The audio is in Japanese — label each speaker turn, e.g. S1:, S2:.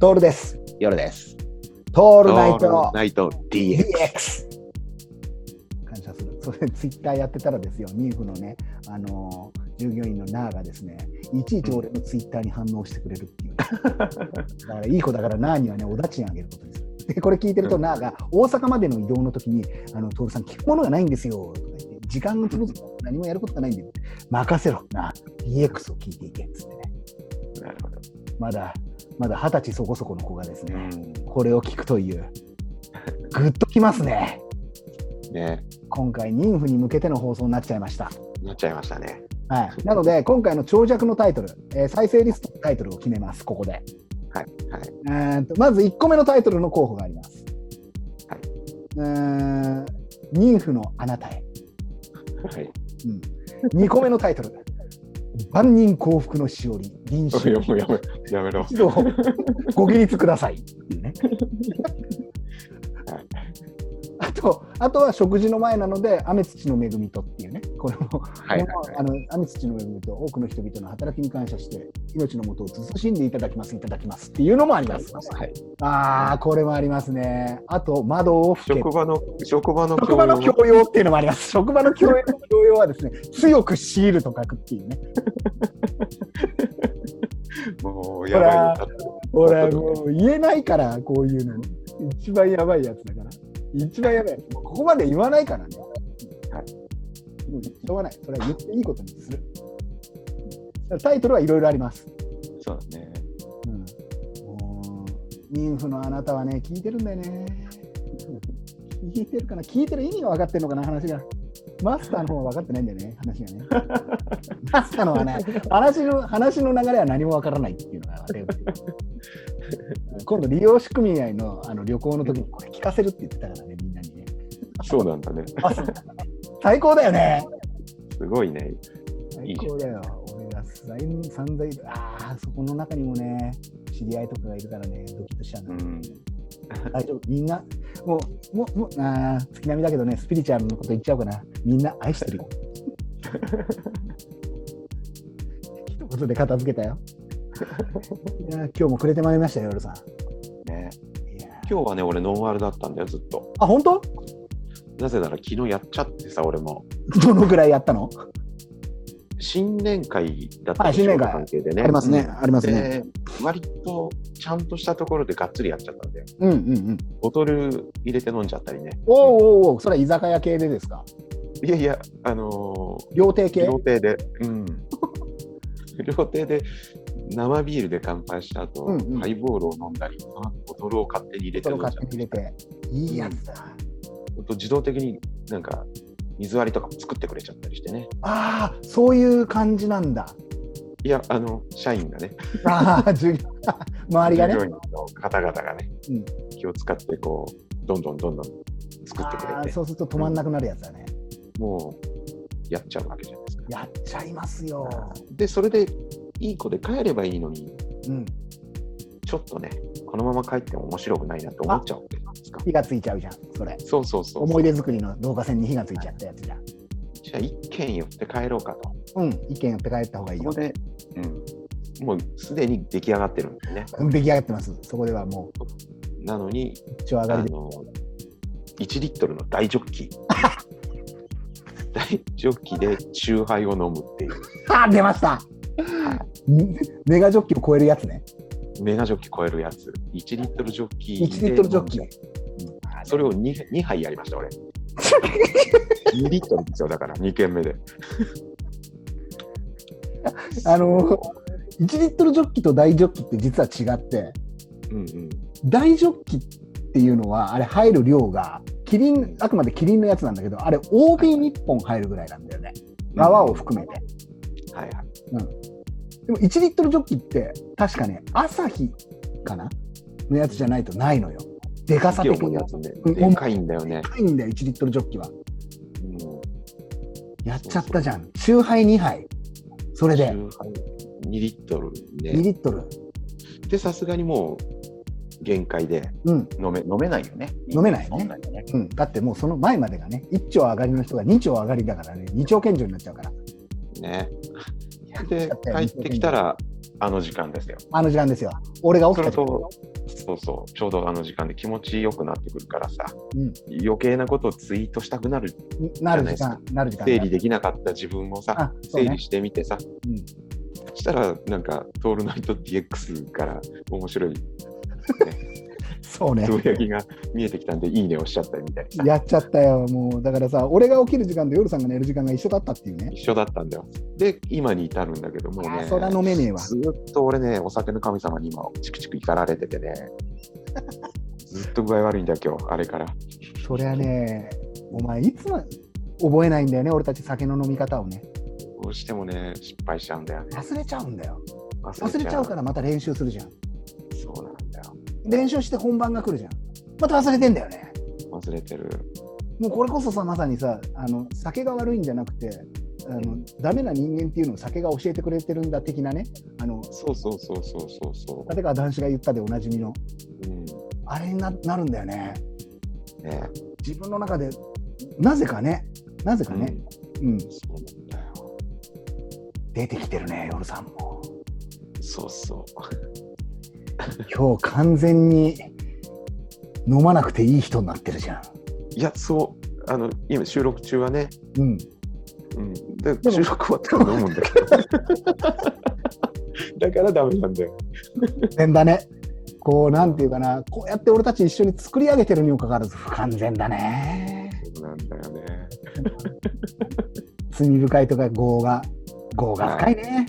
S1: トールです。
S2: 夜です。
S1: トー
S2: オ
S1: ルナイト
S2: ナイト DX。
S1: DX。感謝する。それツイッターやってたらですよ、ニーフのね、あのー従業員のナーがですね、いちいち俺のツイッターに反応してくれるっていう。だからいい子だからナーにはね、おだちんあげることにする。で、これ聞いてると
S2: うん
S1: ナーが大阪までの移動の時に、あの、トールさん聞くものがないんですよ、とか言って、時間の潰す何もやることがないんで、任せろ、なー、DX を聞いていけ、つってね。
S2: なるほど。
S1: まだ、まだ二十歳そこそこの子がですね、
S2: う
S1: これを聞くという、ぐっときますね。
S2: ん。ね、
S1: 今回、妊婦に向けての放送になっちゃいました。
S2: なっちゃいましたね。
S1: はい、なので、今回の長尺のタイトル、えー再生リストのタイトルを決めます、ここで。
S2: はい。はい。
S1: うーんとまず1個目のタイトルの候補があります。
S2: はいう
S1: ーん妊婦のあなたへ。
S2: はい。
S1: うん、2個目のタイトル、万人幸福の しおり、臨死
S2: やめやめやめろ。
S1: 一度ご起立くださいっていうね
S2: はい。
S1: あとあとは食事の前なので「雨土の恵みと」っていうねこれも
S2: はいはい
S1: あの雨土の恵みと多くの人々の働きに感謝して命のもとを慎んでいただきますいただきますっていうのもありま
S2: はい
S1: す、。
S2: はい。
S1: ああこれもありますねあと窓を拭け
S2: 職場の職場の
S1: 職場の教養っていうのもあります職場の教養教養はですね強く強いると書くっていうね
S2: もう
S1: や
S2: や
S1: ばい
S2: ば
S1: 俺もう言えないからこういうの一番やばいやつだから一番やばいやつもうここまで言わないからね
S2: はい
S1: もうしょうがないそれは言っていいことにするタイトルはいろいろあります、
S2: い。そうだね。
S1: うん、もう妊婦のあなたはね聞いてるんだよね聞いてるかな聞いてる意味が分かってるのかな話がマスターの方は分かってないんだよね話がねマスターのはね話の話の流れは何もわからないっていうのが分かる今度利用者組合のあの旅行の時にこれ聞かせるって言ってたからねみんなにね
S2: そうなんだね。
S1: 最高だよね
S2: すごいね。い
S1: 最
S2: い
S1: 高だよ俺が散々いるああそこの中にもね知り合いとかがいるからねドキッとしちゃうな、
S2: うん。
S1: 大丈夫みんなもうもうもうあー月並みだけどねスピリチュアルのこと言っちゃおうかなみんな愛してるよ一言で片付けたよいやー今日もくれてまいりましたよ夜さん
S2: ね。
S1: いやー
S2: 今日はね、俺ノンアルだったんだよずっと。
S1: あ本当
S2: なぜなら昨日やっちゃってさ、俺も
S1: どのぐらいやったの、
S2: 新年会だった
S1: はい新年会
S2: 仕事関係でね。
S1: ありますね
S2: うん
S1: ありますね
S2: で割とちゃんとしたところでがっつりやっちゃったんだよ。
S1: うんうんうん
S2: ボトル入れて飲んじゃったりね。
S1: おうおうおうそれは居酒屋系でですか
S2: いやいや、あの
S1: 料亭
S2: ー
S1: 系
S2: 料亭で、うん。 料亭で生ビールで乾杯した後、
S1: うんうん
S2: ハイボールを飲んだり、その後ボトルを勝手に入れて
S1: それ
S2: 飲
S1: を
S2: んじゃっ
S1: 勝
S2: た
S1: 手に入れ
S2: り、
S1: ていいやつだ、
S2: あと自動的になんか水割りとかも作ってくれちゃったりしてね。
S1: ああそういう感じなんだ
S2: いや、あの、社員がね、
S1: ああ 周りがね
S2: 従業員の方々がね、
S1: うん
S2: 気を使ってこう、どんどんどんどん作ってく
S1: あー
S2: れて、
S1: そうすると止まんなくなるやつだね、
S2: もうやっちゃうわけじゃないですか。
S1: やっちゃいますよ。
S2: で、それでいい子で帰ればいいのに、
S1: うん。
S2: ちょっとね、このまま帰っても面白くないなって思っちゃうわけじゃないですか。
S1: 火がついちゃうじゃん、それ。
S2: そうそうそう。
S1: 思い出作りの動画線に火がついちゃったやつじゃん。
S2: じゃあ、一軒寄って帰ろうかと。
S1: うん、意見寄って帰った方がいい
S2: そ
S1: よ
S2: こ。で、うん、もうすでに出来上がってるんですね。
S1: 出来上がってます。そこではも
S2: なのに、
S1: う、一丁上
S2: あ
S1: がりで。
S2: の、1リットルの大ジョッ キ。大ジョッキでチューハイを飲むっていう、
S1: あー、出ましたんメガジョッキを超えるやつね。
S2: メガジョッキ超えるやつ。1リットルジョッキで。
S1: 1リットルジョッキ。
S2: それを 2, 2杯やり ました、俺。2リットルですよ、だから、2軒目で。
S1: あの、1リットルジョッキと大ジョッキって実は違って、
S2: うんうん。
S1: 大ジョッキっていうのは、あれ入る量が、キリン、あくまでキリンのやつなんだけど、あれ OB1 本入るぐらいなんだよね。泡を含めて。
S2: め。はいはい。
S1: でも1リットルジョッキって確かね朝日かなのやつじゃないとないのよ。でかさ
S2: 大きい
S1: 的
S2: 重い
S1: に
S2: や
S1: は
S2: つね。
S1: うん
S2: でかいんだよね。
S1: 高いんだよ1リットルジョッキは。
S2: うん
S1: やっちゃったじゃん。チューハイ2杯。それで
S2: 2リットル
S1: 2
S2: ね。
S1: リットル。
S2: で、さすがにもう限界で
S1: うん、
S2: 飲め飲めないよね。
S1: 飲めないね
S2: 飲めよね
S1: うん。だってもうその前までがね、1丁上がりの人が2丁上がりだからね、2丁健常になっちゃうから。
S2: ねで、帰ってきたら、あの時間ですよ。
S1: あの時間ですよ。俺が起
S2: そ
S1: きた
S2: れ
S1: 時
S2: と、そうそう、ちょうどあの時間で気持ちよくなってくるからさ、
S1: うん
S2: 余計なことをツイートしたくなる、
S1: なる時間、なる時間。
S2: 整理できなかった自分もさ、
S1: あ、そう
S2: 整
S1: ね
S2: 理。してみてさ、
S1: うん
S2: そしたらなんか、トールナイト DX から面白い
S1: そうね
S2: つ。ぶやきが見えてきたんで、いいねをしちゃったりみたいなさ、
S1: やっちゃったよ、もう。だからさ、俺が起きる時間と夜さんが寝る時間が一緒だったっていうね。
S2: 一緒だったんだよ。で、今に至るんだけど、もう
S1: あ
S2: ね
S1: ー、そら飲めねえわ。
S2: ずっと俺ね、お酒の神様に今、チクチク怒られてて ね、ずっと具合悪いんだよ、今日、あれから。
S1: そりゃね、お前、いつも覚えないんだよね、俺たち酒の飲み方をね。
S2: どうしてもね、失敗しちゃうんだよね。
S1: 忘れちゃうんだよ。
S2: 忘
S1: 忘れちゃうからまた練習するじゃん。
S2: そうなんだよ。
S1: 練習して本番が来るじゃん。また忘れてんだよね。
S2: 忘れてる。
S1: もうこれこそさ、まさにさ、あの酒が悪いんじゃなくて、あのダメな人間っていうのを酒が教えてくれてるんだ的なね、あの
S2: そうそうそうそうそうそ
S1: 立川談志が言ったでおなじみの、
S2: う。うん。
S1: あれにななるんだよね。
S2: ね
S1: 自分の中で、なぜかね、なぜかね、うん、
S2: うんそうなんだよ。
S1: 出てきてるね、夜さんも。
S2: そうそう。
S1: 今日完全に飲まなくていい人になってるじゃん。
S2: いや、そう。あの、今、収録中はね、
S1: うん、
S2: うん。で、
S1: も
S2: 収録終わったら飲むんだけど。 だからダメなんだよ。
S1: 変だね。こうなんていうかな、こうやって俺たち一緒に作り上げてるにもかかわらず不完全だね。
S2: そうなんだよね。
S1: 罪深いとか業が業が深いね。